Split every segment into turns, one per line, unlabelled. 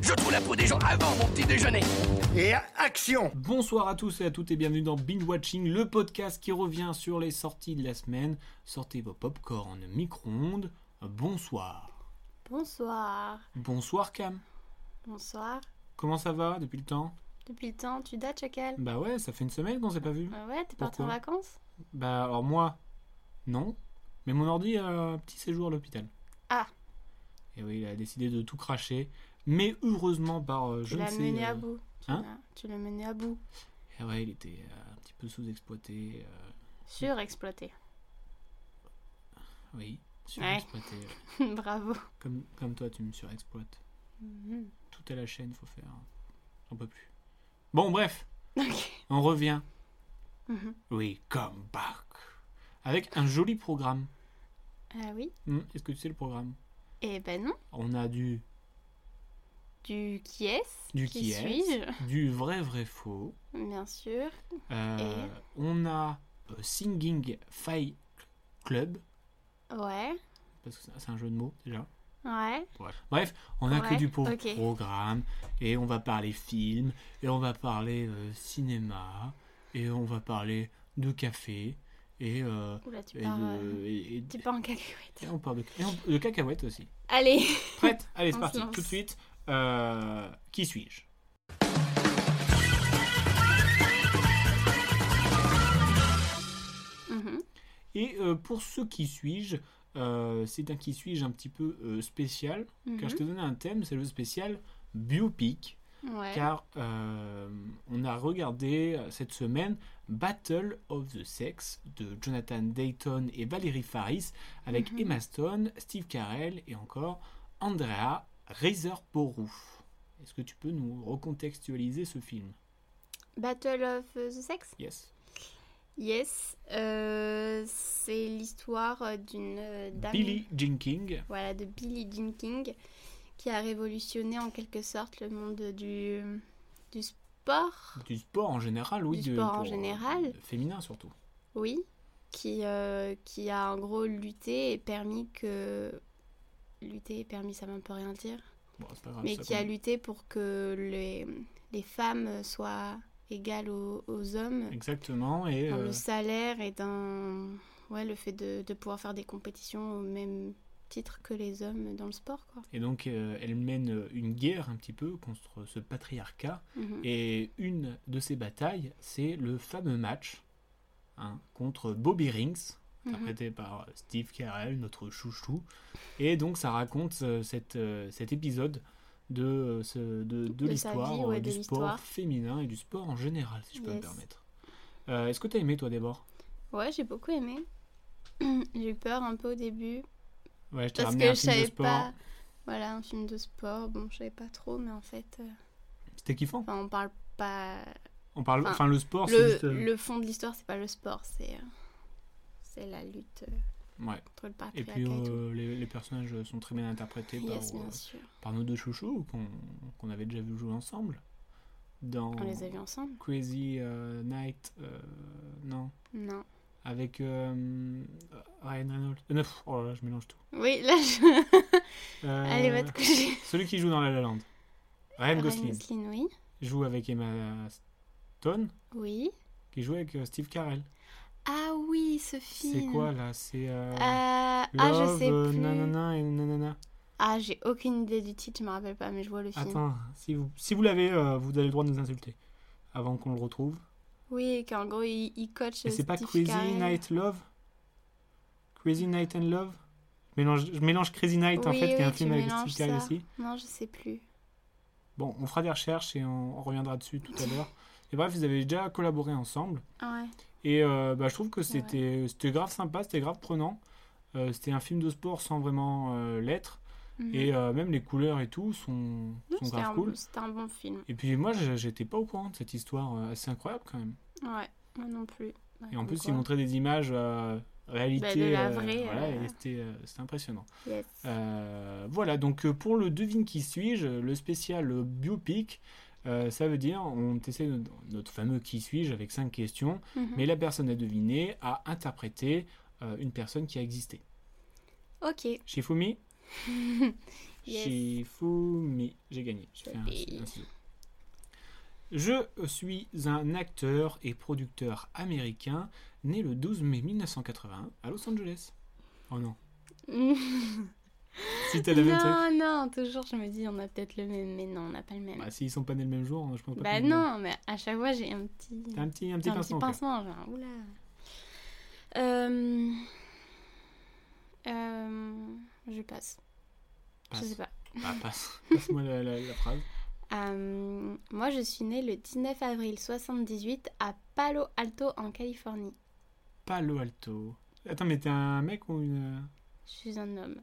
Je trouve la peau des gens avant mon petit déjeuner.
Et action
Bonsoir à tous et à toutes et bienvenue dans Binge Watching, le podcast qui revient sur les sorties de la semaine. Sortez vos popcorn micro-ondes. Bonsoir.
Bonsoir.
Bonsoir Cam.
Bonsoir.
Comment ça va depuis le temps
Depuis le temps, tu dates Chacal
Bah ouais, ça fait une semaine qu'on s'est pas vu.
Bah ouais, t'es parti en vacances
Bah alors moi, non. Mais mon ordi a un petit séjour à l'hôpital.
Ah.
Et oui, il a décidé de tout cracher. Mais heureusement par euh, je ne sais.
mené à bout.
Hein
tu l'as mené à bout.
Et ouais, il était euh, un petit peu sous-exploité. euh,
Surexploité.
Oui, surexploité.
Bravo.
Comme, comme toi, tu me surexploites.
Mhm.
Tout à la chaîne, faut faire. J'en peux plus. Bon, bref,
Ok.
on revient.
Mhm.
Oui, come back. Avec un joli programme.
Ah oui
Hum, Est-ce que tu sais le programme
Eh ben non.
On a du
Du qui est-ce
du
Qui
est,
suis-je
du vrai vrai faux.
Bien sûr.
Euh,
Et
on a euh, Singing Fight Club
Ouais.
parce que c'est- c'est un jeu de mots déjà.
Ouais.
Bref, on a que
Ouais,
du pauvre
ok.
programme et on va parler film et on va parler euh, cinéma et on va parler de café et euh,
Oula, tu
et
pars,
de-
euh,
et- et-
tu pars en cacahuète.
et on parle de, et on- de cacahuètes aussi.
Allez
Prête Allez, c'est
On
parti,
se lance.
tout de suite. Euh, qui suis-je
Mhm.
Et euh, pour ce qui suis-je, euh, c'est un qui suis-je un petit peu euh, spécial, car je te donnais un thème, c'est le spécial biopic,
Mhm. Ouais.
car euh, on a regardé euh, cette semaine Battle of the Sex de Jonathan Dayton et Valérie Faris, avec
Mhm.
Emma Stone, Steve Carell et encore Andrea Riseborough. Est-ce que tu peux nous recontextualiser ce film
Battle of the Sex
Yes.
Yes, euh, c'est l'histoire euh, d'une euh, dame.
Billy Jenkins.
Voilà, de Billie Jean King, qui a révolutionné en quelque sorte le monde du, du sport,
Du sport en général, oui.
Du
de-
sport en
pour- euh,
général.
Féminin surtout.
oui, qui, euh, qui a en gros lutté et permis que. Lutter et permis, ça ne peut rien dire.
Bon, c'est pas grave,
mais
Ah, ça
qui a
compte.
lutté pour que les, les femmes soient égales aux, aux hommes
Exactement, et
dans
euh,
le salaire et dans ouais, le fait de, de pouvoir faire des compétitions au même titre que les hommes dans le sport. Quoi.
Et donc, euh, elle mène euh, une guerre un petit peu contre ce patriarcat.
Mhm.
Et une de ces batailles, c'est le fameux match hein, contre Bobby Rings,
Mhm.
interprété par euh, Steve Carell, notre chouchou. Et donc, ça raconte euh, cette, euh, cet épisode de, euh, ce- de, de
De sa
l'histoire,
vie, ouais,
euh,
de
du
l'histoire.
sport féminin et du sport en général, si je peux me
Yes.
permettre. Euh, Est-ce que tu as aimé, toi, d'abord
Ouais, j'ai beaucoup aimé. j'ai eu peur un peu au début
Ouais, je t'ai
parce
ramené
que
un
je
film de
savais
sport.
pas. Voilà, un film de sport. Bon, je savais pas trop, mais en fait, euh,
C'était kiffant.
enfin, on parle pas.
On parle,
Enfin,
enfin, le sport, c'est
le,
juste. euh,
le fond de l'histoire, c'est pas le sport, c'est euh, c'est la lutte euh,
Ouais.
contre le
Et
patriarcat et,
puis
tout.
euh, les, les personnages sont très bien interprétés par,
Yes,
euh,
bien sûr.
par nos deux chouchous qu'on qu'on avait déjà vu jouer ensemble dans
On les a vus ensemble
Crazy euh, Night, euh, non,
Non.
avec euh, Ryan Reynolds. Euh, non, pff, oh là là, je mélange tout.
Oui, là, je...
Euh,
allez, va te coucher.
Celui qui joue dans La La Land, Ryan
Ryan
Gosling,
Gosling, oui.
joue avec Emma Stone,
Oui.
qui joue avec euh, Steve Carell.
Ah oui, ce film.
C'est quoi là C'est euh,
Euh, Ah, je
Love,
sais
euh,
plus.
nanana et nanana.
Ah, j'ai aucune idée du titre, je me rappelle pas, mais je vois le film.
Attends, si vous, si vous l'avez, euh, vous avez le droit de nous insulter avant qu'on le retrouve.
Oui, qu'en gros, il, il coach.
Et c'est
Steve
pas Crazy
Carell.
Night Love Crazy Night and Love je mélange, je mélange Crazy Night en
Oui,
fait, qui est
oui,
un
tu
film avec
mélanges
Steve Carell
ça.
aussi.
Non, je sais plus.
Bon, on fera des recherches et on, on reviendra dessus tout à l'heure. Et bref, ils avaient déjà collaboré ensemble.
Ah ouais.
Et euh, bah, je trouve que c'était c'était grave sympa, c'était grave prenant. Euh, c'était un film de sport sans vraiment euh, l'être.
Mhm.
Et euh, même les couleurs et tout sont,
Non,
sont
c'était
grave
un,
cool.
c'était un bon film.
Et puis moi, je- j'étais pas au courant de cette histoire euh, assez incroyable quand même.
Ouais, moi non plus. Bah,
Et en
comme
plus,
quoi.
ils montraient des images euh, réalité.
Bah, de la
euh,
vraie,
voilà,
euh.
et c'était euh, c'était impressionnant.
Yes.
Euh, voilà, donc euh, pour le devine qui suis-je, le spécial euh, biopic, euh, ça veut dire on essaie notre, notre fameux qui suis-je avec cinq questions,
Mhm.
Euh, mais la personne à deviner a interprété euh, une personne qui a existé.
Ok.
Shifumi
Yes.
Shifumi, j'ai gagné. J'ai fait un-
Joli.
un ciseau. Je suis un acteur et producteur américain né le 12 mai 1981 à Los Angeles. Oh non, si t'as le même truc.
non, non, toujours je me dis on a peut-être le même, mais non, on n'a pas le même.
Bah, S'ils sont pas nés le même jour, je pense pas.
Bah
que-
non, mais à chaque fois j'ai un petit,
T'as un petit, un petit
un
pincement.
petit
au cœur.
pincement, genre oula. Euh... euh, Je passe. Je
Passe.
sais pas.
Ah, passe. Passe-moi la, la- la phrase.
Euh, moi je suis née le 19 avril 78 à Palo Alto en Californie.
Palo Alto. Attends, mais t'es un mec ou une. euh,
Je suis un homme.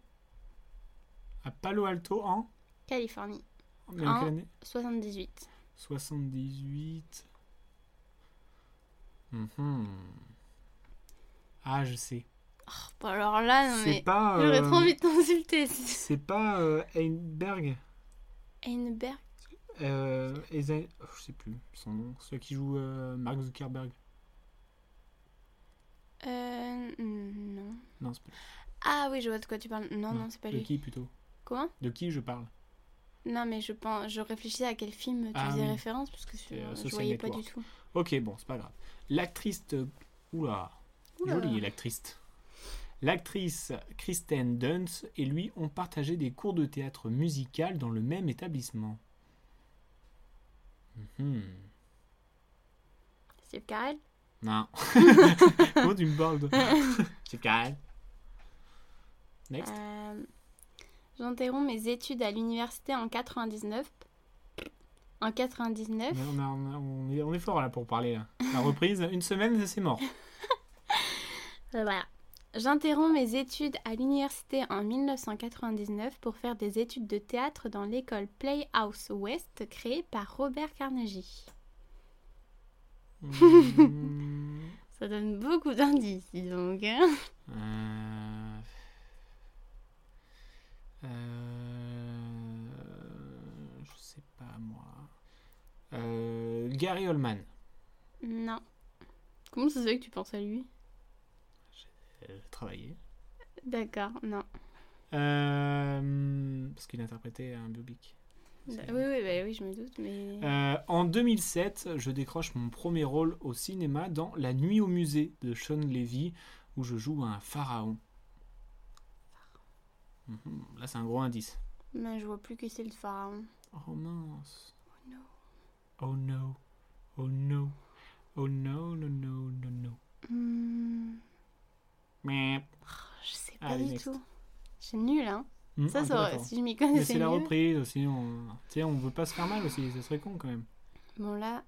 À Palo Alto en.
Californie,
Mais en
En.
quelle année
78.
78. Mhm. Ah, je sais.
Oh, bah alors là, non
c'est
mais.
pas.
J'aurais
euh,
trop envie de t'insulter.
C'est pas euh, Heinberg.
Heinberg
Euh, Eisen- oh, je sais plus son nom. Celui qui joue euh, Mark Zuckerberg.
Euh. Non.
Non, c'est pas
Ah oui, je vois de quoi tu parles. Non, non, c'est pas
De
lui.
qui plutôt
Comment
De qui je parle
Non, mais je pense, je réfléchissais à quel film tu
Ah
faisais
oui.
référence parce que
C'est,
je-
euh,
je
Social
voyais pas du
Network.
tout.
Ok, bon, c'est pas grave. L'actrice. euh, Oula, jolie l'actrice. L'actrice Kristen Dunst et lui ont partagé des cours de théâtre musical dans le même établissement. Mhm.
Steve Carell
Non. Comment tu me parles toi C'est calme. Next.
Euh, J'interromps mes études à l'université en 99. En 99
Mais on, a- on a- on est, on est fort là pour parler. Là. La reprise, une semaine, c'est mort.
Euh, Voilà. J'interromps mes études à l'université en 1999 pour faire des études de théâtre dans l'école Playhouse West créée par Robert Carnegie.
Mhm.
Ça donne beaucoup d'indices, dis donc. hein.
Euh, euh, Je sais pas moi. Euh, Gary Oldman.
Non. Comment ça se fait que tu penses à lui
Euh, travaillé.
D'accord, non.
Euh, parce qu'il interprétait un biopic.
Oui,
C'est-
oui, bah oui, je me doute, mais.
Euh, en 2007, je décroche mon premier rôle au cinéma dans La Nuit au musée de Sean Levy, où je joue un pharaon. Mhm, Là, c'est un gros indice.
Mais je vois plus qui c'est le pharaon.
Oh mince. Oh no. Oh no. Oh no, no, no, no, no.
Hmm,
Mais
je sais pas
Allez,
du
next.
tout. C'est nul, hein. ça, ça aurait- si je m'y connaissais
Hmm, Mais c'est la
mieux.
reprise aussi. On... Tu sais, on veut pas se faire mal aussi, ça serait con quand même.
Bon, là.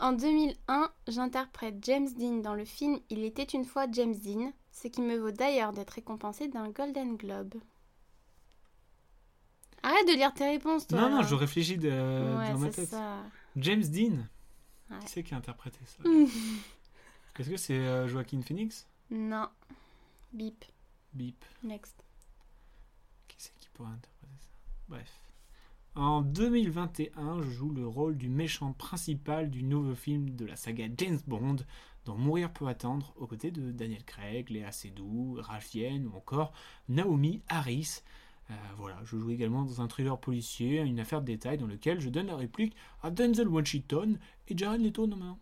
En 2001, j'interprète James Dean dans le film Il était une fois James Dean, ce qui me vaut d'ailleurs d'être récompensé d'un Golden Globe. Arrête de lire tes réponses, toi.
Non, non,
là.
je réfléchis de-
Ouais,
dans ma
c'est
tête.
ça.
James Dean
Ouais.
Qui c'est qui a interprété ça Est-ce que c'est euh, Joaquin Phoenix
Non. Bip.
Bip.
Next.
Qui c'est qui pourrait interpréter ça Bref. En 2021, je joue le rôle du méchant principal du nouveau film de la saga James Bond, dans Mourir peut attendre, aux côtés de Daniel Craig, Léa Seydoux, Ralph Yen ou encore Naomi Harris. Euh, voilà, je joue également dans un thriller policier, une affaire de détail dans lequel je donne la réplique à Denzel Washington et Jared Leto notamment.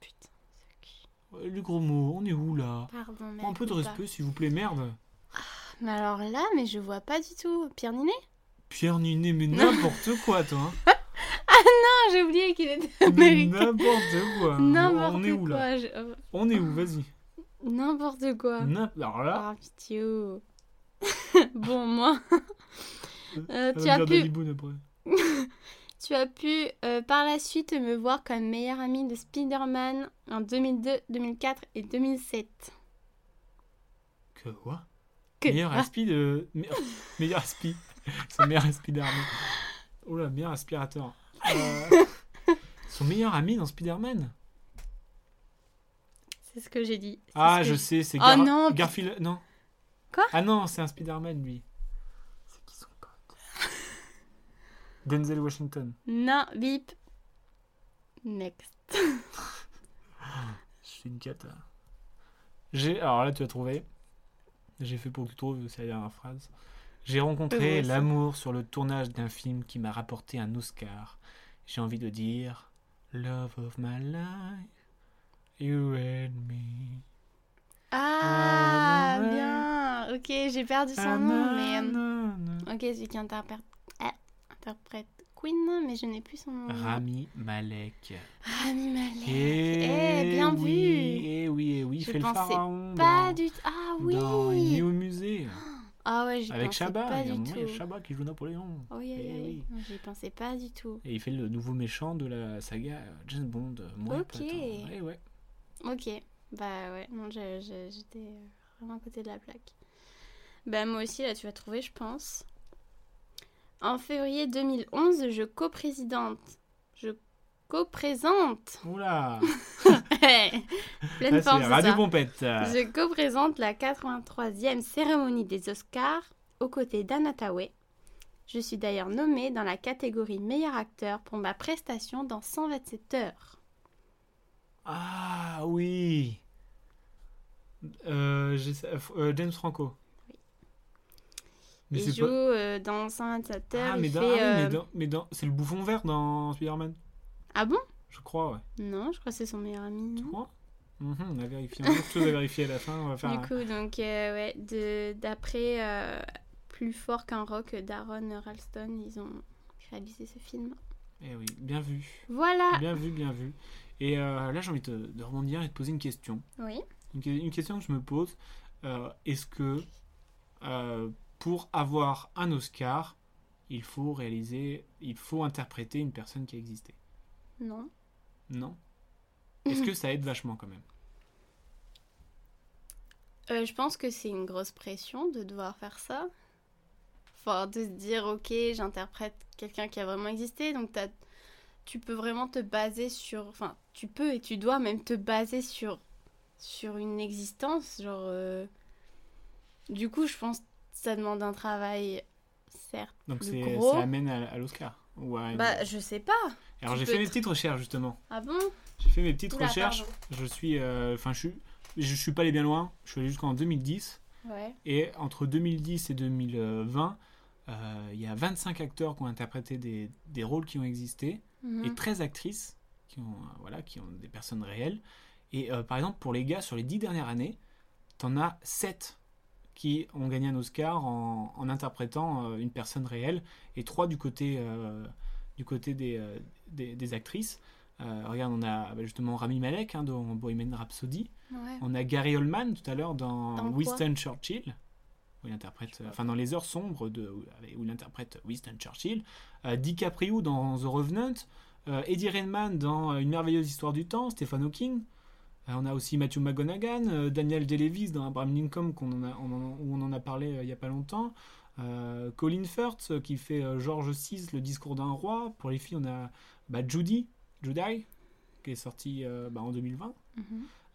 Putain, ce cul.
Ouais, Les Euh, gros mots, on est où là
Pardon, mais.
Un peu de respect s'il vous plaît, merde
Mais alors là, mais je vois pas du tout. Pierre Ninet
Pierre Ninet, mais n'importe quoi toi hein.
Ah, j'ai oublié qu'il était
Mais
américain.
n'importe quoi.
N'importe
On est où
quoi.
là
je- euh,
On est où Vas-y.
N'importe quoi.
N'im- Alors là,
Ah, pitié. oh. bon, moi.
ça va
Euh, tu,
me
as
dire
pu,
Daliboun après.
tu as pu euh, par la suite me voir comme meilleure amie de Spider-Man en 2002, 2004 et 2007.
Que quoi
Que Ah,
Meilleur
quoi
aspi de. me- meilleur aspi. Son meilleur aspi d'armée. Oula, meilleur aspirateur. Euh, Son meilleur ami dans Spider-Man
C'est ce que j'ai dit. C'est
Ah,
ce que
je
j'ai-
sais, c'est
Oh
Gar-
non,
Garfield. Non.
Quoi
Ah non, c'est un Spider-Man, lui. C'est qui son pote Denzel Washington.
Non, bip. Next.
C'est une cata. J'ai... Alors là, tu as trouvé. J'ai fait pour que tu trouves, c'est la dernière phrase. J'ai
Ouais,
rencontré
ouais, ça.
l'amour sur le tournage d'un film qui m'a rapporté un Oscar. J'ai envie de dire Love of my life, you and me. Ah,
Ah,
ouais. Ah,
bien. Ok, j'ai perdu son nom, mais. euh,
Ananana.
Ok, celui qui interprète. ah, interprète Queen, mais je n'ai plus son nom. Ah,
Rami Malek.
Rami Malek.
Eh,
Eh, bien
oui,
vu.
Eh oui, eh oui, il
Je
fait le
pensais
pharaon.
Pas
dans-
du tout. Ah
dans Il est
oui.
au musée.
Ah ouais, j'y
Avec
pensais
Chabat.
pas
Il y a
du
un
tout.
moment, il y a Chabat qui joue Napoléon.
Oh, oui, oui,
Eh
oui.
oui.
Non, J'y pensais pas du tout.
Et il fait le nouveau méchant de la saga euh, James Bond. euh, Moi,
Ok.
pas tant. Ouais, Eh ouais.
Ok, bah ouais, non, je- je- j'étais euh, vraiment à côté de la plaque. Bah moi aussi, là, tu vas trouver, je pense. En février 2011, je coprésidente. Je coprésente.
Oula.
Hey,
Là,
Pleine
Ah, c'est
forme, c'est
Radio
ça.
Pompette.
Je co-présente la 83e cérémonie des Oscars aux côtés d'Anna Tawai. Je suis d'ailleurs nommée dans la catégorie meilleur acteur pour ma prestation dans 127 heures.
Ah oui. Euh, j'ai- euh, James Franco.
Oui.
Mais
il
c'est
joue
pas.
euh, dans 127 heures.
Ah,
il
mais dans- ah
fait,
oui, mais
euh,
dans- mais dans- c'est le bouffon vert dans Spider-Man,
Ah bon
je crois, ouais.
Non, je crois que c'est son meilleur ami.
Tu
non
crois Mhm, On a vérifié. On a quelque chose à vérifier à la fin. On va faire
du
un-
coup, donc, euh, ouais, de- d'après euh, Plus fort qu'un rock d'Aaron Ralston, ils ont réalisé ce film.
Eh oui, bien vu.
Voilà
Bien vu, bien vu. Et euh, là, j'ai envie de, de rebondir et de poser une question.
Oui
Une, que- une question que je me pose. euh, Est-ce que euh, pour avoir un Oscar, il faut réaliser, il faut interpréter une personne qui a existé
Non
Non Est-ce que ça aide vachement quand même
Euh, Je pense que c'est une grosse pression de devoir faire ça. Enfin, de se dire, ok, j'interprète quelqu'un qui a vraiment existé, donc t'as- tu peux vraiment te baser sur... Enfin, tu peux et tu dois même te baser sur, sur une existence. Genre, euh, du coup, je pense que ça demande un travail, certes.
Donc
Le
c'est-
gros-
ça amène à, à l'Oscar. Ouais.
Bah, je sais pas.
Alors
tu
j'ai
peux
fait mes
être-
petites recherches justement.
Ah bon
J'ai fait mes petites
Oula,
recherches. Je suis, euh, enfin, je suis, je suis pas allé bien loin. Je suis allé jusqu'en 2010.
Ouais.
Et entre 2010 et 2020, euh, il y a 25 acteurs qui ont interprété des, des rôles qui ont existé et
Mhm.
13 actrices qui ont, euh, voilà, qui ont des personnes réelles. Et euh, par exemple, pour les gars, sur les 10 dernières années, t'en as 7 qui ont gagné un Oscar en, en interprétant euh, une personne réelle et 3 du côté, euh, du côté des, euh, des, des actrices. Euh, regarde, on a bah, justement Rami Malek hein, dans Bohemian Rhapsody.
Ouais.
On a Gary Oldman tout à l'heure dans,
Dans quoi
Winston Churchill, où il interprète, euh, enfin dans les heures sombres de, où, avec- où il interprète Winston Churchill, Euh, DiCaprio dans The Revenant, euh, Eddie Redmayne dans euh, Une merveilleuse histoire du temps, Stephen Hawking. Euh, on a aussi Matthew McGonaghan, euh, Daniel Day-Lewis dans Abraham Lincoln qu'on en a, on en- où on en a parlé euh, il n'y a pas longtemps. Euh, Colin Firth euh, qui fait euh, George VI, le discours d'un roi. Pour les filles, on a bah, Judy, Judy, qui est sortie euh, bah, en 2020.
Mhm.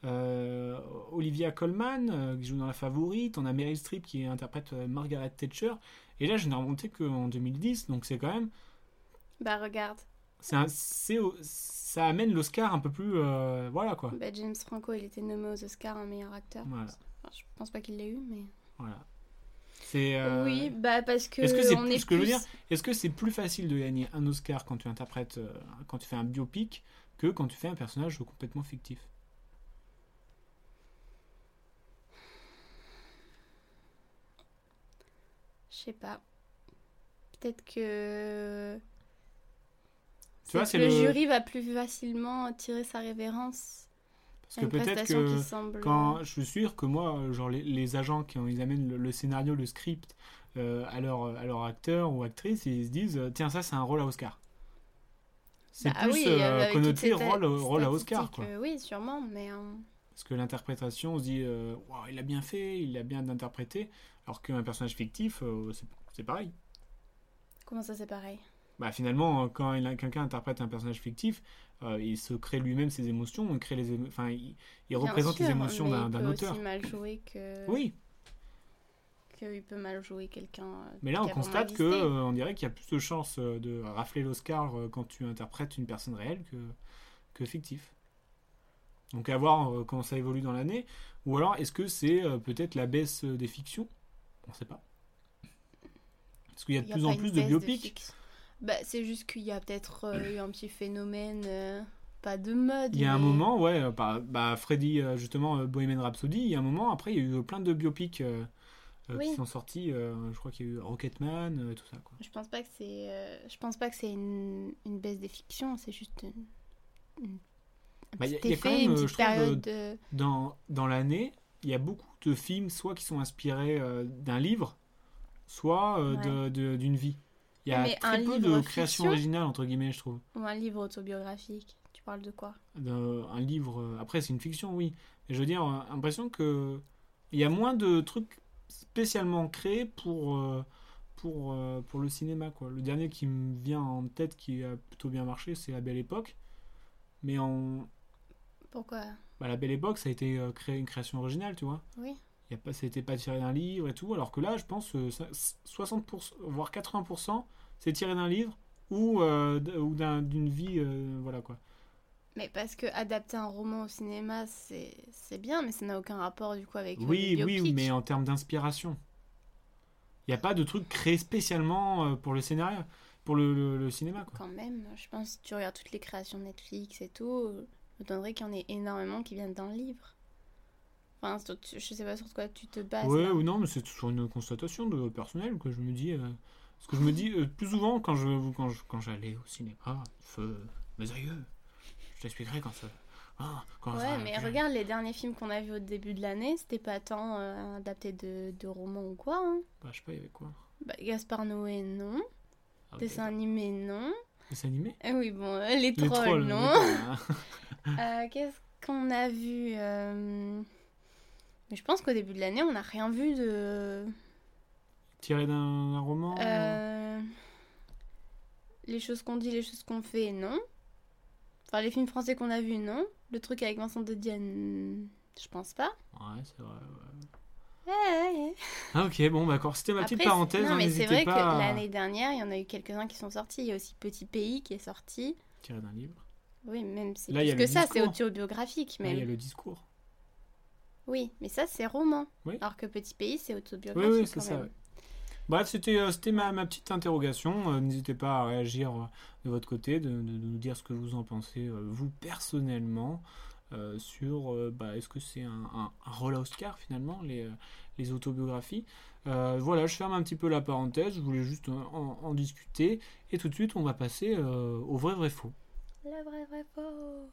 Euh, Olivia Colman, euh, qui joue dans La Favorite, on a Meryl Streep qui interprète euh, Margaret Thatcher. Et là, je n'ai remonté qu'en 2010, donc c'est quand même.
Bah, regarde.
c'est un- c'est au- ça amène l'Oscar un peu plus. euh, voilà quoi.
Bah, James Franco, il était nommé aux Oscars un meilleur acteur.
Voilà.
Enfin, je pense pas qu'il l'ait eu, mais...
voilà. C'est. euh,
Oui, bah parce que.
Est-ce que c'est
on
plus-
est
ce que je veux
plus-
dire Est-ce que c'est plus facile de gagner un Oscar quand tu interprètes, euh, quand tu fais un biopic, que quand tu fais un personnage complètement fictif
Je sais pas. Peut-être que.
Tu vois,
Peut-être
c'est
que le,
le-
jury va plus facilement tirer sa révérence
Parce
à une prestation qui semble. euh,
Quand je suis sûr que moi, euh, genre les, les agents qui ont- ils amènent le, le scénario, le script euh, à, leur, à leur acteur ou actrice, ils se disent euh, tiens ça c'est un rôle à Oscar. C'est
Bah
plus
oui,
euh,
avec toutes
connoté
ces
rôle,
ta-
rôle à Oscar quoi.
statistiques, euh, oui, sûrement, mais. euh,
Parce que l'interprétation, on se dit euh, Waouh, il a bien fait, il a bien interprété, alors qu'un personnage fictif euh, c'est- c'est pareil.
Comment ça, c'est pareil
Bah, finalement, euh, quand il a- quelqu'un interprète un personnage fictif, euh, il se crée lui-même ses émotions, il, crée les émo- enfin, il, il
Bien
représente
sûr,
les émotions
mais
d'un
il
d'un
peut
auteur.
aussi mal jouer que.
Oui,
Qu'il peut mal jouer quelqu'un. euh,
mais là on
qui a vraiment
constate que
existé.
euh, on dirait qu'il y a plus de chances euh, de rafler l'Oscar euh, quand tu interprètes une personne réelle que, que fictif. Donc à voir euh, comment ça évolue dans l'année. Ou alors est-ce que c'est euh, peut-être la baisse euh, des fictions On ne sait pas. Parce qu'il y a de
Il y a
plus
pas
en
une
plus de
baisse
biopics.
fixe. Bah, c'est juste qu'il y a peut-être euh, eu un petit phénomène, euh, pas de mode.
Il y a un
mais-
moment, ouais, euh, bah, bah, Freddy, euh, justement, euh, Bohemian Rhapsody, il y a un moment, après, il y a eu euh, plein de biopics euh, euh,
Oui.
qui sont sortis. euh, je crois qu'il y a eu Rocketman, euh, et tout ça. Quoi.
Je pense pas que c'est, euh, je pense pas que c'est une, une baisse des fictions, c'est juste une, une- un
Bah, y a-
petit
y a quand
effet,
même,
une
euh,
petite
je trouve,
période. de-
Dans, dans l'année, il y a beaucoup de films, soit qui sont inspirés euh, d'un livre, soit euh, de- de- d'une vie. Il y a
Mais un
très peu
livre
de création
fiction
originale, entre guillemets, je trouve.
Ou un livre autobiographique. Tu parles de quoi
d'un- un livre. euh, Après, c'est une fiction, oui. Mais je veux dire, euh, l'impression que il y a moins de trucs spécialement créés pour euh, pour euh, pour le cinéma, quoi. Le dernier qui me vient en tête, qui a plutôt bien marché, c'est La Belle Époque. Mais en
Pourquoi
bah, La Belle Époque, ça a été euh, créé une création originale, tu vois.
Oui.
Il y a pas, c'était pas tiré d'un livre et tout. Alors que là, je pense euh, ça- 60%, voire 80%, c'est tiré d'un livre ou euh, d- ou d'un- d'une vie, euh, voilà quoi.
Mais parce que adapter un roman au cinéma, c'est, c'est bien, mais ça n'a aucun rapport du coup avec euh, le
Oui, oui,
biopic.
mais en termes d'inspiration. Il n'y a pas de truc créé spécialement euh, pour le scénario, pour le, le- le cinéma. Quoi.
Quand même, je pense si tu regardes toutes les créations Netflix et tout, je m'étonnerais qu'il y en ait énormément qui viennent d'un livre. Enfin, sur- tu- je sais pas sur quoi tu te bases.
ouais
là.
ou non, mais c'est toujours une constatation de personnelle que je me dis. euh, ce que je me dis euh, plus souvent quand je quand je- quand j'allais au cinéma, feu, mes aïeux, je t'expliquerai quand ça. ah, quand ça
Ouais,
sera-
mais regarde les derniers films qu'on a vus au début de l'année, c'était pas tant euh, adapté de, de romans ou quoi. hein.
Bah, je sais pas, il y avait quoi
Bah, Gaspard Noé, non.
Ah,
Dessin animé, non.
Dessin animé
Eh oui, bon, euh, les, trolls,
les
non.
trolls, hein.
Euh, Qu'est-ce qu'on a vu euh, Mais je pense qu'au début de l'année, on n'a rien vu de.
Tiré d'un d'un roman
Euh, Les choses qu'on dit, les choses qu'on fait, non. Enfin, les films français qu'on a vus, non. Le truc avec Vincent de Dienne, je pense pas.
Ouais, c'est vrai. ouais.
Ouais, ouais, ouais.
Ah, ok, bon, d'accord. C'était ma petite
Après,
parenthèse.
c'est- Non,
hein,
mais c'est
n'hésitez
vrai
pas
que
à-
l'année dernière, il y en a eu quelques-uns qui sont sortis. Il y a aussi Petit Pays qui est sorti.
Tiré d'un livre.
Oui, même c'est
Là, il y
plus
a
que
le
ça, c'est
discours.
autobiographique.
Ah,
Mais
il y a le discours.
oui, mais ça, c'est roman.
Oui.
Alors que Petit Pays, c'est
Oui,
autobiographique.
oui, c'est
quand
ça.
même.
ouais. Bref, c'était euh, c'était ma, ma petite interrogation. Euh, N'hésitez pas à réagir euh, de votre côté, de, de- de nous dire ce que vous en pensez, euh, vous personnellement, euh, sur euh, bah, est-ce que c'est un, un, un rôle à Oscar finalement, les, euh, les autobiographies. Euh, voilà, je ferme un petit peu la parenthèse, je voulais juste en, en- en discuter. Et tout de suite, on va passer euh, au vrai, vrai, faux.
La vraie, vraie faux.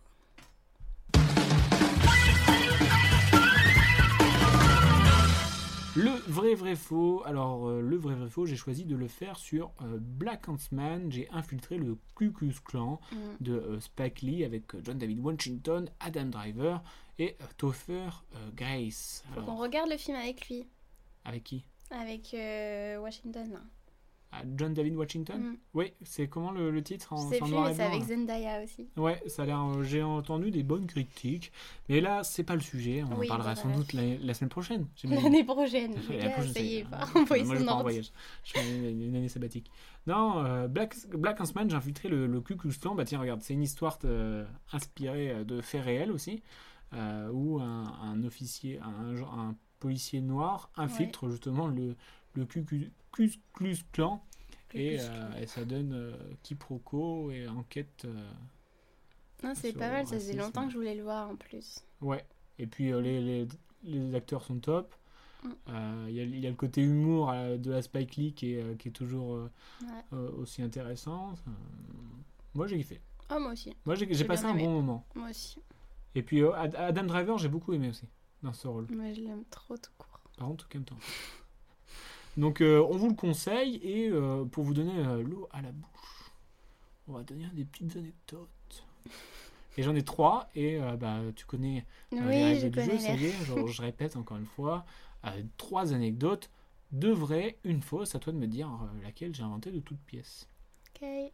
Le vrai vrai faux. Alors euh, le vrai vrai faux, j'ai choisi de le faire sur euh, Black Huntsman. J'ai infiltré le Ku Klux Klan
Mm.
de euh, Spike Lee avec euh, John David Washington, Adam Driver et euh, Topher euh, Grace.
Faut qu'on
Alors,
regarde le film avec lui.
avec qui
Avec euh, Washington, là.
Ah, John David Washington
Mm.
Oui, c'est comment le, le titre
Je
en,
sais
c'est en
plus,
noir
mais
et
c'est
blanc,
avec
hein.
Zendaya aussi.
Ouais, ça a l'air. euh, J'ai entendu des bonnes critiques, mais là c'est pas le sujet. On
Oui,
en parlera
voilà.
sans doute la, la semaine prochaine. j'imagine.
L'année prochaine.
Et
Les
la
gars,
prochaine,
ça
c'est-
y est, pas.
Ah,
Envoyer
moi, je
son
pars en
ordre.
voyage. Je fais une, une année sabbatique. Non, euh, Black, Black Huntsman, j'ai infiltré le, le Ku Klux Klan. Bah tiens, regarde, c'est une histoire euh, inspirée euh, de faits réels aussi, euh, où un, un officier, un, gen- un policier noir infiltre justement le, le Ku Ku- Ku Klux Klan. Et,
Klux
euh, et ça donne euh, quiproquo et enquête. euh,
Non, c'est
sur
pas
le
mal, ça faisait
racisme.
longtemps que je voulais le voir en plus.
Ouais. Et puis euh, les, les, les acteurs sont top.
Mm.
Euh, Il y, a- il y a le côté humour euh, de la Spike Lee qui est, euh, qui est toujours euh,
Ouais.
euh, aussi intéressant. Euh, moi j'ai kiffé.
Oh, moi aussi,
Moi j'ai j'ai
J'ai
passé
bien
un
aimé.
bon moment.
moi aussi.
Et puis euh, Ad- Adam Driver j'ai beaucoup aimé aussi dans ce rôle.
Moi, je l'aime trop tout court.
Par contre tout en même temps. Donc euh, on vous le conseille et euh, pour vous donner euh, l'eau à la bouche, on va donner des petites anecdotes. Et j'en ai trois et euh, bah, tu connais Euh, les
oui, je
règles du
connais
jeu, ça
les...
y est, je, je répète encore une fois, euh, trois anecdotes, deux vraies, une fausse, à toi de me dire euh, laquelle j'ai inventée de toute pièce.
Ok. Ok.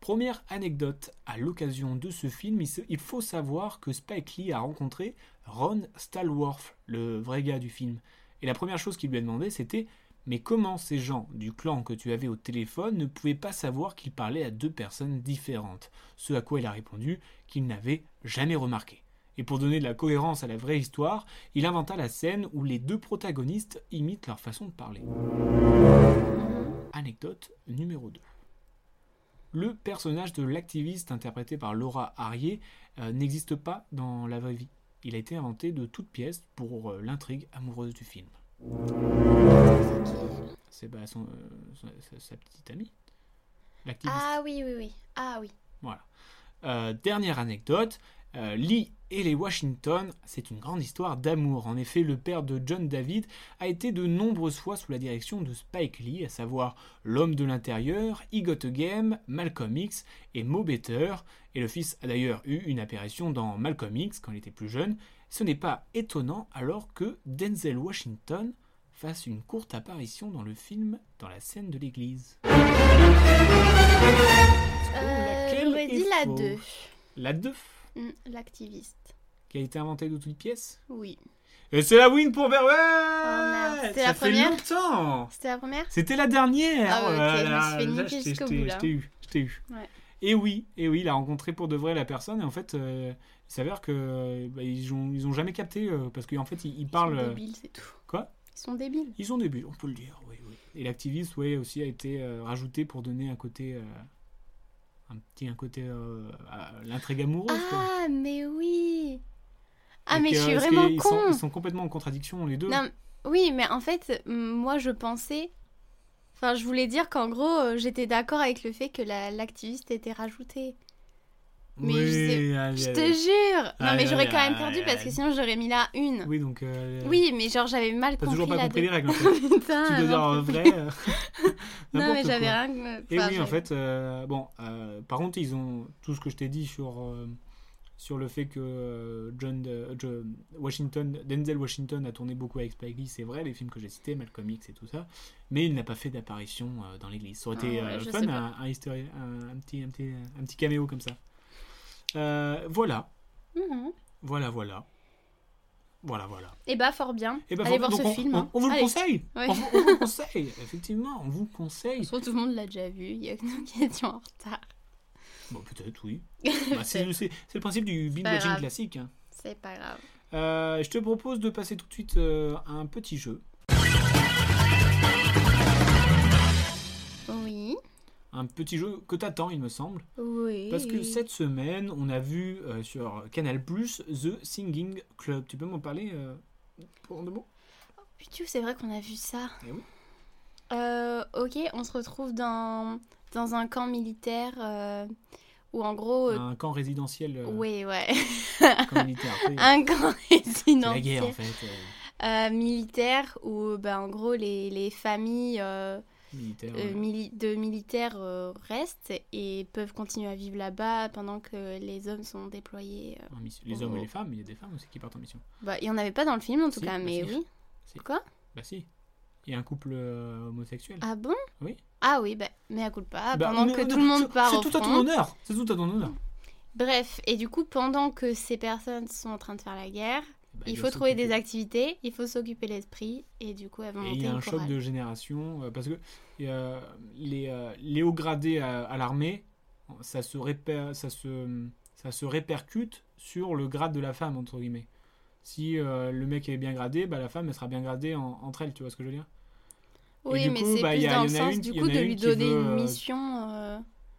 Première anecdote, à l'occasion de ce film, il, se- il faut savoir que Spike Lee a rencontré Ron Stallworth, le vrai gars du film. Et la première chose qu'il lui a demandé, c'était Mais comment ces gens du clan que tu avais au téléphone ne pouvaient pas savoir qu'il parlait à deux personnes différentes Ce à quoi il a répondu qu'il n'avait jamais remarqué. Et pour donner de la cohérence à la vraie histoire, il inventa la scène où les deux protagonistes imitent leur façon de parler. Anecdote numéro 2. Le personnage de l'activiste interprété par Laura Harrier euh, n'existe pas dans la vraie vie. Il a été inventé de toutes pièces pour euh, l'intrigue amoureuse du film. C'est bah, son, euh, son- sa, sa petite amie. L'activiste.
Ah oui, oui, oui. Ah oui.
Voilà. Euh, dernière anecdote, euh, Lee et les Washington, c'est une grande histoire d'amour. En effet, le père de John David a été de nombreuses fois sous la direction de Spike Lee, à savoir L'homme de l'intérieur, He Got a Game, Malcolm X et Mo Better. Et le fils a d'ailleurs eu une apparition dans Malcolm X quand il était plus jeune. Ce n'est pas étonnant alors que Denzel Washington fasse une courte apparition dans le film dans la scène de l'église. Oh,
Euh,
laquelle
J'aurais
est
dit la
faux
2.
La 2,
L'activiste.
qui a été inventée de toutes pièces.
Oui.
Et c'est la win pour Verwell
Oh, merde, c'était
Ça
la
fait
première
longtemps
C'était la première
C'était la dernière
Ah ouais,
Oh
ok,
là
je me
là,
suis fait
là,
niquer
je t'ai-
jusqu'au
je t'ai-
bout, là.
Je t'ai eu, je t'ai eu.
Ouais.
Et oui, et oui, il a rencontré pour de vrai la personne et en fait, euh, il s'avère que euh, bah, ils, ont, ils ont jamais capté euh, parce qu'en fait, ils, ils
Ils sont
parlent. euh,
débiles, c'est tout.
Quoi
Ils sont débiles.
euh, Ils ont des buts, on peut le dire, oui, oui. Et l'activiste, oui, aussi a été euh, rajouté pour donner un côté, euh, un petit, un côté, euh, à l'intrigue amoureuse. Oh, quoi.
Ah, mais oui Ah,
Donc,
mais je
euh,
suis
parce
vraiment
qu'ils sont-
con
Ils sont complètement en contradiction les deux.
Non, Oui, mais en fait, m- moi, je pensais... Enfin, je voulais dire qu'en gros, euh, j'étais d'accord avec le fait que la- l'activiste était rajoutée. mais je sais-
allez,
Je te
allez.
jure Non,
Ah,
mais
là,
j'aurais
là,
quand même
là,
perdu
là,
parce que
là.
sinon, j'aurais mis la une.
Oui, donc. euh,
Oui, mais genre, j'avais mal
T'as
compris
toujours pas
la
compris
deux.
les règles. en fait.
Putain,
tu dois dire
j'en
un
peux
vrai.
plus.
euh,
Non, mais
n'importe
j'avais
quoi.
rien... que-
Et
enfin,
oui, en
j'avais-
fait, euh, bon, euh, par contre, ils ont tout ce que je t'ai dit sur, euh, sur le fait que euh, John, de- John- Washington, Denzel Washington a tourné beaucoup avec Spike Lee, c'est vrai, les films que j'ai cités, Malcolm X et tout ça, mais il n'a pas fait d'apparition euh, dans l'église. Ça aurait
Ah
été
ouais,
euh,
je
fun,
sais
un,
pas.
un histori- un- un petit, un, petit, un petit caméo comme ça. Euh, voilà,
Mhm.
voilà, voilà. Voilà, voilà.
Eh bah, fort bien.
Eh ben,
Allez
faut-
voir
donc
ce
on,
film.
on-
hein.
on vous le
Allez.
conseille.
Ouais.
On, vous- on vous le conseille. Effectivement, on vous le
Je
conseille.
trouve que tout le monde l'a déjà vu, il y a que nous qui étions en retard.
Bon, peut-être oui. Bah, c'est c'est- c'est le principe du binge
pas
watching
grave.
classique. hein.
C'est pas grave.
Euh, je te propose de passer tout de suite euh, à un petit jeu.
Oui.
Un petit jeu que t'attends, il me semble.
Oui.
Parce que cette semaine, on a vu euh, sur Canal Plus The Singing Club. Tu peux m'en parler euh, pour deux mots
Putain, c'est vrai qu'on a vu ça.
Eh oui.
Euh, ok, on se retrouve dans, dans un camp militaire euh, où en gros. euh,
Un camp résidentiel euh,
ouais, ouais.
camp militaire. tu sais,
un camp
c'est
résidentiel.
la guerre en fait. euh,
euh, militaire où bah, en gros les, les familles euh,
militaire.
euh,
ouais.
mili- de militaires euh, restent et peuvent continuer à vivre là-bas pendant que les hommes sont déployés. euh.
En mission. Les hommes et les femmes, il y a des femmes aussi qui partent en mission.
Bah, il n'y en avait pas dans le film en tout
Si,
cas,
bah
mais
si.
oui.
Si.
Quoi
Bah si. Il y a un couple euh, homosexuel.
Ah bon
Oui.
Ah oui, bah, mais à coup de pas,
Bah,
pendant
non,
que
non,
tout le monde
c'est-
part au
C'est tout à ton
front.
honneur. C'est tout à ton honneur.
Bref, et du coup, pendant que ces personnes sont en train de faire la guerre,
Bah,
il
doit
faut trouver des
s'occuper.
activités, il faut s'occuper l'esprit, et du coup, elles vont
Et il
monter
y a
une
un choc
chorale.
de génération euh, parce que euh, les, euh, les hauts gradés à, à l'armée, ça se, réper- ça, se, ça se répercute sur le grade de la femme, entre guillemets. Si euh, le mec est bien gradé, bah, la femme elle sera bien gradée en- entre elles, tu vois ce que je veux dire et
Oui,
du
mais
coup,
c'est
bah, il
plus
y a-
dans
il
le
y en a
sens
une-
du
il y
coup
en a
de
une
lui
qui
donner
veut,
une
euh,
mission. euh,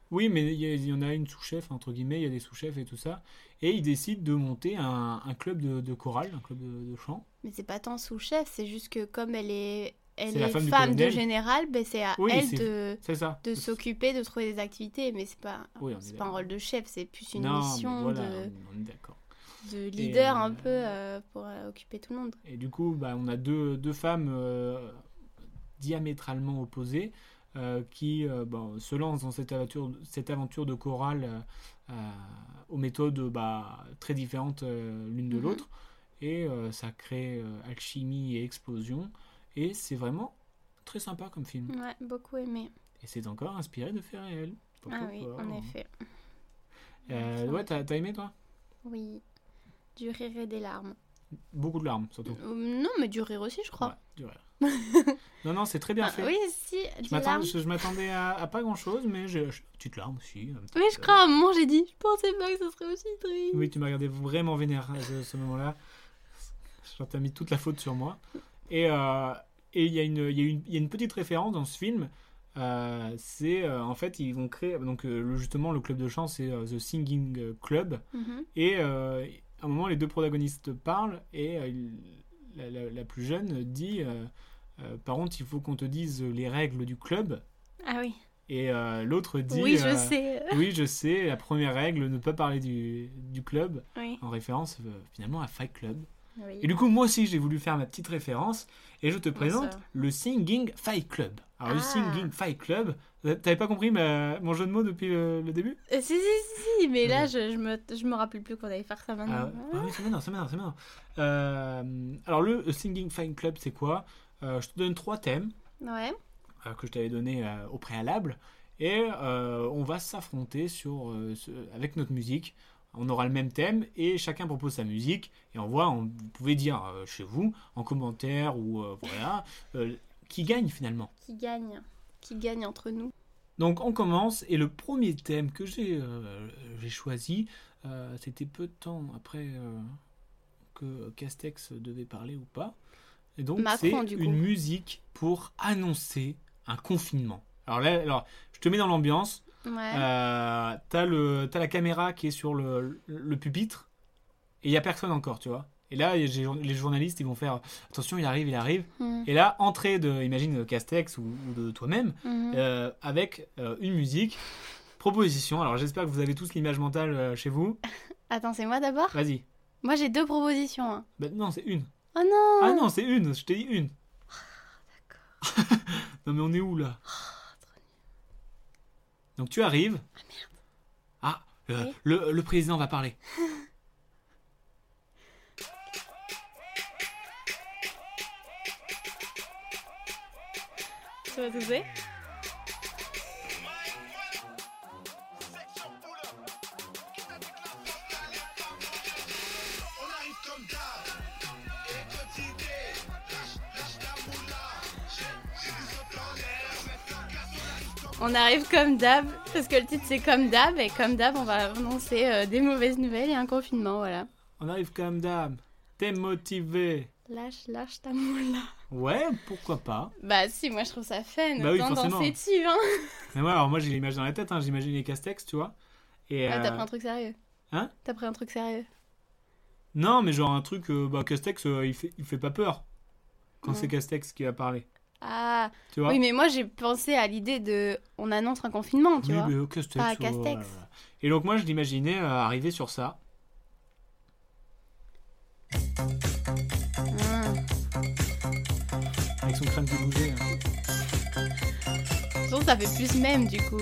Oui, mais il y, a- il y en a une sous-chef, entre guillemets, il y a des sous-chefs et tout ça. Et ils décident de monter un, un club de, de chorale, un club de, de chant.
Mais c'est pas tant sous-chef, c'est juste que comme elle est, elle
C'est la
est
femme
femme,
du
de
colonel.
général, ben, c'est à
Oui,
elle
c'est-
de,
C'est ça
de s'occuper, de trouver des activités, mais c'est pas,
Oui, on est
c'est pas un
d'accord.
rôle de chef, c'est plus une
Non, mais
mission
voilà,
de,
on- on est d'accord.
de leader
euh,
un peu euh, pour euh, occuper tout le monde.
Et du coup, bah, on a deux, deux femmes euh, diamétralement opposées euh, qui euh, bon, se lancent dans cette aventure, cette aventure de chorale euh, euh, aux méthodes bah, très différentes euh, l'une de
Mhm.
l'autre. Et euh, ça crée euh, alchimie et explosion. Et c'est vraiment très sympa comme film.
Mhm. Ouais, beaucoup aimé.
Et c'est encore inspiré de faits réels. Pop,
Ah
pop,
oui,
pop.
en effet.
Euh, ouais, t'as t'as aimé toi
Oui. Du rire et des larmes.
Beaucoup de larmes, surtout.
Euh, Non, mais du rire aussi, je crois.
Mm. Ouais, du rire. non, non, c'est très bien
Ah,
fait.
oui, si,
Je
des
m'attends-
larmes.
je je m'attendais à, à pas grand chose, mais j'ai j'ai- petite larme aussi. un petit
Oui, je
peu.
crois, à un moment, j'ai dit, je pensais pas que ce serait aussi triste.
Oui, tu m'as regardé vraiment vénère à ce, ce moment-là. Genre, t'as mis toute la faute sur moi. Et euh, et il y, a une- il y, a une- il y a une petite référence dans ce film. euh, c'est euh, en fait, ils vont créer. Donc, euh, le- justement, le club de chant, c'est euh, The Singing Club.
Mhm.
Et euh, à un moment, les deux protagonistes parlent et euh, il- la, la- la plus jeune dit euh, euh, Par contre, il faut qu'on te dise les règles du club.
Ah oui.
Et euh, l'autre dit
oui, je
euh,
sais.
Oui, je sais, la première règle, ne pas parler du, du club,
Oui.
en référence euh, finalement à Fight Club.
Oui.
Et du coup, moi aussi, j'ai voulu faire ma petite référence et je te présente
ça.
le Singing Fight Club. Alors, le
Ah.
Singing Fight Club, euh, t'avais pas compris ma- mon jeu de mots depuis le, le début
Euh, si, si, si, mais là, je, je, me, je me rappelle plus qu'on allait faire ça
Ah,
maintenant.
ah oui, c'est maintenant, c'est maintenant, c'est maintenant. Euh, alors, le Singing Fight Club, c'est quoi Euh, Je te donne trois thèmes
Ouais.
euh, que je t'avais donnés euh, au préalable et euh, on va s'affronter sur, euh, ce- avec notre musique. On aura le même thème et chacun propose sa musique et on voit, on, vous pouvez dire euh, chez vous, en commentaire ou euh, voilà, euh, qui gagne finalement.
Qui gagne Qui gagne entre nous
Donc on commence et le premier thème que j'ai euh, j'ai choisi, euh, c'était peu de temps après euh, que Castex devait parler ou pas. Et donc c'est
Macron, du coup.
une musique pour annoncer un confinement. Alors là, alors, je te mets dans l'ambiance.
Ouais.
Euh, t'as le- t'as la caméra qui est sur le, le pupitre et il n'y a personne encore, tu vois. Et là, y a- j'ai- les journalistes, ils vont faire attention, il arrive, il arrive.
Mhm.
Et là, entrée de, imagine, Castex ou- ou de toi-même.
Mhm.
Euh, avec euh, une musique. Proposition. Alors j'espère que vous avez tous l'image mentale euh, chez vous.
Attends, c'est moi d'abord
Vas-y.
Moi, j'ai deux propositions. hein.
Bah, non, c'est une.
Oh non
Ah non, c'est une. Je t'ai dit une.
Ah,
non mais on est où là
Oh,
Donc tu arrives. Ah merde.
Oui.
le, le président va parler.
Tu vas tousser On arrive comme d'hab, parce que le titre c'est comme d'hab, et comme d'hab, on va annoncer euh, des mauvaises nouvelles et un confinement, voilà.
On arrive comme dame. T'es motivé.
Lâche, lâche ta moula.
Ouais, pourquoi pas.
Bah si, moi je trouve ça fun,
Bah oui,
autant
forcément.
danser dessus, hein.
Mais moi, alors moi j'ai l'image dans la tête. hein, J'imagine les Castex, tu vois. Et,
Ah, t'as
euh,
pris un truc sérieux
Hein
T'as pris un truc sérieux
Non, mais genre un truc, euh, bah, Castex, euh, il, fait, il fait pas peur quand
Non.
c'est Castex qui va parler.
Ah,
Tu vois
oui, mais moi j'ai pensé à l'idée de... On annonce un confinement, tu
Oui,
vois
mais, euh, Castex.
Pas
oh,
Castex.
là, là. Et donc, moi, je l'imaginais euh, arriver sur ça.
Hmm.
Avec son crâne qui bougeait. hein.
Sinon, ça fait plus même, du coup.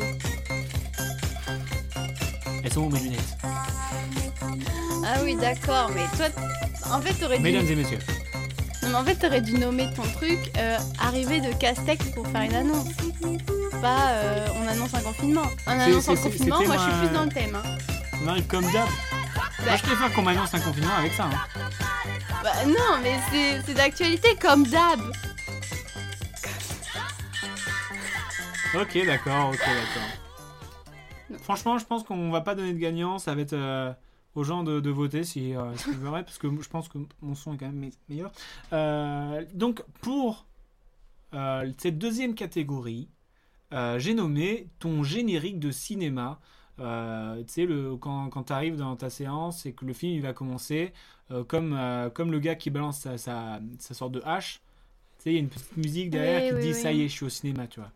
Elles sont où mes lunettes
Ah oui, d'accord, mais toi... t- En fait, t'aurais dû...
Mesdames et messieurs.
Non, mais en fait, t'aurais dû nommer ton truc euh, Arrivée de Castex pour faire une annonce. Pas euh, on annonce un confinement. On annonce un
c'est- c'est-
confinement,
c'était
moi je suis
ma-
plus dans le thème. hein.
On arrive comme d'hab. Moi, je préfère qu'on m'annonce un confinement avec ça. hein.
Bah non, mais c'est- c'est d'actualité comme d'hab.
Ok, d'accord, ok, d'accord. Franchement, je pense qu'on va pas donner de gagnant. Ça va être euh, aux gens de, de voter si euh, s'ils voudraient, parce que je pense que mon son est quand même me- meilleur. Euh, donc, pour euh, cette deuxième catégorie, euh, j'ai nommé ton générique de cinéma. Euh, tu sais, le- quand, quand tu arrives dans ta séance et que le film il va commencer, euh, comme, euh, comme le gars qui balance sa, sa, sa sorte de hache, tu sais, il y a une petite musique derrière
Oui,
qui
oui,
dit
oui.
ça y est, je suis au cinéma, tu vois.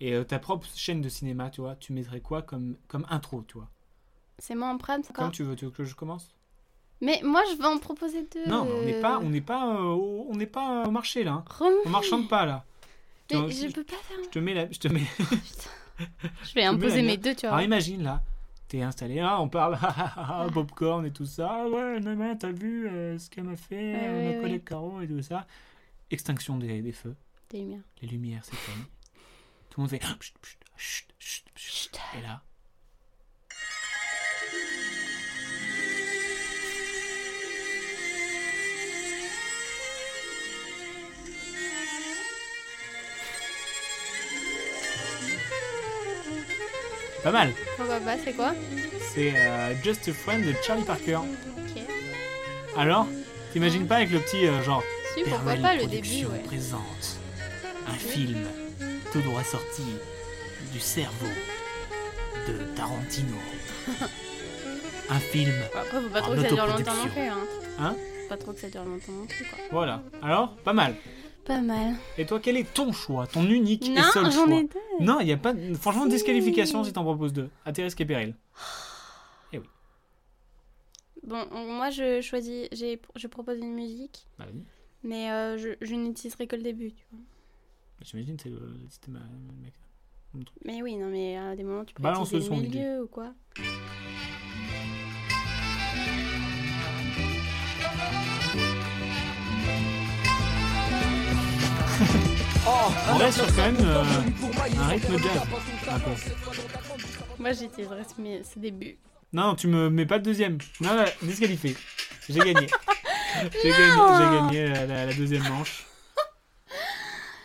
Et euh, ta propre chaîne de cinéma, tu vois, tu mettrais quoi comme, comme intro, tu vois
C'est moi en prime,
Comme
encore.
tu veux, tu veux que je commence
Mais moi je vais en proposer deux.
Non, mais on n'est pas,
euh,
on n'est pas, euh, au- on n'est pas au marché là. hein.
Romain,
On marchande pas là. Tu vois,
mais je peux pas faire.
Je te mets, la- je te mets
Je vais
mets la
imposer
mienne.
mes deux, tu vois.
Alors imagine là, t'es installé, ah, on parle, ah, ah, ah, ah, popcorn et tout ça, Ah ouais, maman, t'as vu euh, ce qu'elle m'a fait,
Ouais,
on
Ah ouais,
a collé
ouais.
le carreau et tout ça. Extinction des, des feux,
Des lumières.
les lumières s'éteignent. Tout le monde fait Chut, chut, chut, chut, chut. Et là, pas mal.
Pourquoi pas, c'est quoi
C'est euh, Just a Friend de Charlie Parker.
Ok.
Alors, t'imagines pas avec le petit euh, genre
Si, pourquoi
Berlin
pas le début,
Productions
ouais.
présente un film tout droit sorti du cerveau de Tarantino. un film,
Après, faut pas
En
trop que ça dure longtemps
autoproduction.
non plus, hein.
Ah, Hein
Pas trop que ça dure longtemps non plus, quoi.
voilà. Alors, pas mal.
Pas mal.
Et toi, quel est ton choix, ton unique et
Non,
seul
j'en
choix
ai deux.
Non, il n'y a pas. Franchement, disqualification si t'en proposes deux. À tes risques et périls.
Bon, on- moi, je choisis, j'ai, je propose une musique,
Bah, vas-y.
mais euh, je, je n'utiliserai que le début, tu vois.
J'imagine que c'est le, le système, euh, le mec.
Mais oui, non, mais euh, à des moments, tu peux
Balance le
utiliser
son,
le milieu ou quoi.
On reste sur quand même euh, un rythme jazz. un peu.
Moi, j'utiliserai ce, mi- ce début.
Non, non, tu me mets pas de deuxième. Non, là, disqualifié. J'ai gagné. J'ai gagné, j'ai gagné la, la- la deuxième manche.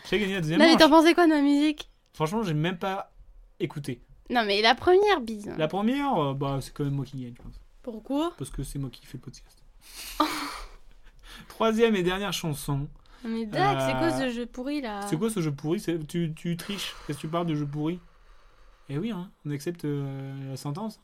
J'ai gagné la deuxième
Non, mais t'en
manche.
pensais quoi de ma musique
Franchement, j'ai même pas écouté.
Non, mais la première bise.
La première, euh, bah, c'est quand même moi qui gagne, je pense.
Pourquoi
Parce que c'est moi qui fais le podcast. Troisième et dernière chanson.
Non, mais Doc, c'est quoi
Euh,
ce jeu pourri là
C'est quoi ce jeu pourri C'est- tu, tu triches Qu'est-ce que tu parles de jeu pourri Eh oui, hein, on accepte euh, la sentence.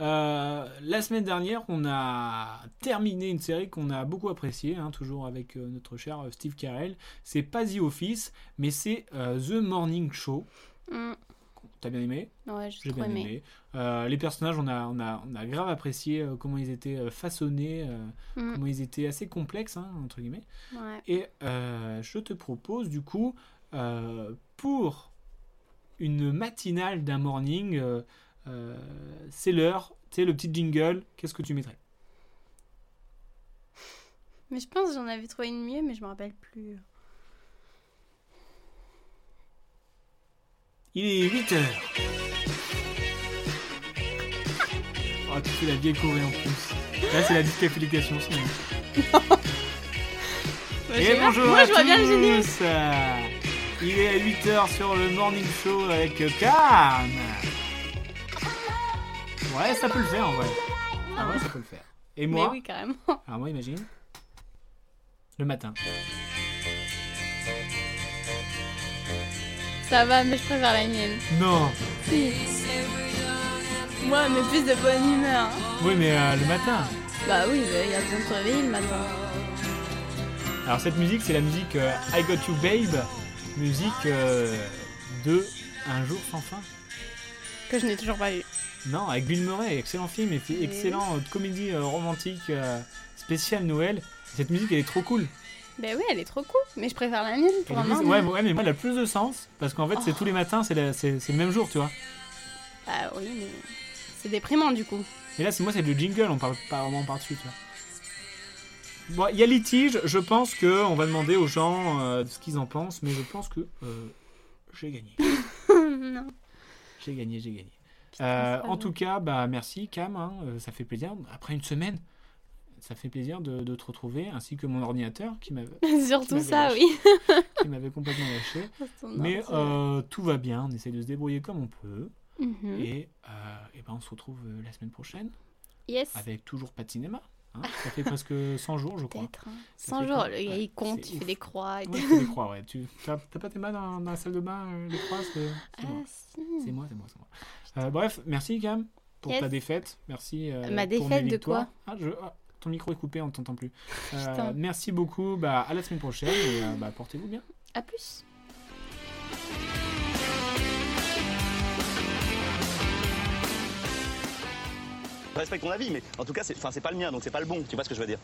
Euh, la semaine dernière, on a terminé une série qu'on a beaucoup appréciée, hein, toujours avec euh, notre cher euh, Steve Carell. C'est pas The Office, mais c'est euh, The Morning Show.
Hum,
T'as bien aimé
Ouais, j'ai
j'ai
trop
bien
aimé.
aimé. Euh, les personnages, on a, on, a, on a grave apprécié euh, comment ils étaient euh, façonnés, euh,
Mm.
comment ils étaient assez complexes, hein, entre guillemets.
Ouais.
Et euh, je te propose, du coup, euh, pour une matinale d'un morning, euh, euh, c'est l'heure, c'est le petit jingle, qu'est-ce que tu mettrais
Mais je pense que j'en avais trouvé une mieux, mais je me rappelle plus.
Il est 8 heures. Oh, tu fais la vieille Corée en plus. Là, c'est la disqualification, sinon.
Ouais, je sais
Et
pas.
bonjour
Moi,
à
je vois bien le générique.
tous Il est à 8h sur le Morning Show avec Cam Ouais, ça peut le faire en vrai. Ah ouais, ça peut le faire. Et
Mais
moi
oui, carrément.
Alors moi, imagine. Le matin.
Ça va, mais je préfère la mienne.
Non
Si. Moi, mais plus de bonne humeur.
Oui, mais euh, le matin.
Bah oui, mais il y a besoin de se réveiller le matin.
Alors cette musique, c'est la musique euh, I Got You Babe, musique euh, de Un jour sans fin.
Que je n'ai toujours pas eu.
Non, avec Bill Murray, excellent film, et puis
Eh Oui.
excellent euh, comédie euh, romantique euh, spéciale Noël. Cette musique, elle est trop cool.
Bah oui, elle est trop cool, mais je préfère la mienne
Et
pour un
le plus-
moment.
ouais, ouais, mais moi, elle a plus de sens parce qu'en fait, c'est tous les matins, c'est la- c'est c'est le même jour, tu vois.
Bah oui, mais c'est déprimant du coup.
Et là, c'est moi, c'est le jingle, on parle pas vraiment par-dessus, tu vois. Bon, il y a litige, je pense que on va demander aux gens euh, ce qu'ils en pensent, mais je pense que euh, j'ai gagné.
non.
J'ai gagné, j'ai gagné.
c'est
Euh,
pas
en
vrai.
tout cas, bah, merci Cam, hein, euh, ça fait plaisir. Après une semaine, ça fait plaisir de, de te retrouver, ainsi que mon ordinateur qui m'avait
Surtout
m'avais
ça,
lâché.
oui.
qui m'avait complètement lâché.
Ton
Mais
ordi.
euh, tout va bien, on essaie de se débrouiller comme on peut.
Mhm.
Et, euh, eh ben, on se retrouve euh, la semaine prochaine
Yes.
avec toujours pas de cinéma. hein. Ça fait presque 100 jours, je crois.
Peut-être. hein.
Ça
100
fait
jours,
quoi
le gars
Ouais,
il compte,
c'est
il fait
ouf.
des croix. et
Ouais,
tout.
je fais des croix, ouais. Tu, t'as, t'as pas tes mains dans, dans la salle de bain, euh, les croix c'est, c'est moi.
Ah si.
C'est moi, c'est moi, c'est moi. Euh, bref, merci Cam pour
Yes.
ta défaite. Merci. euh,
Ma
pour mes
défaite de
victoires.
quoi
ah, je- ah, Ton micro est coupé, on ne t'entend plus. Euh,
Putain.
merci beaucoup. Bah, à la semaine prochaine et euh, bah, portez-vous bien.
À plus.
Je respecte ton avis, mais en tout cas, c'est enfin, c'est pas le mien, donc c'est pas le bon. Tu vois ce que je veux dire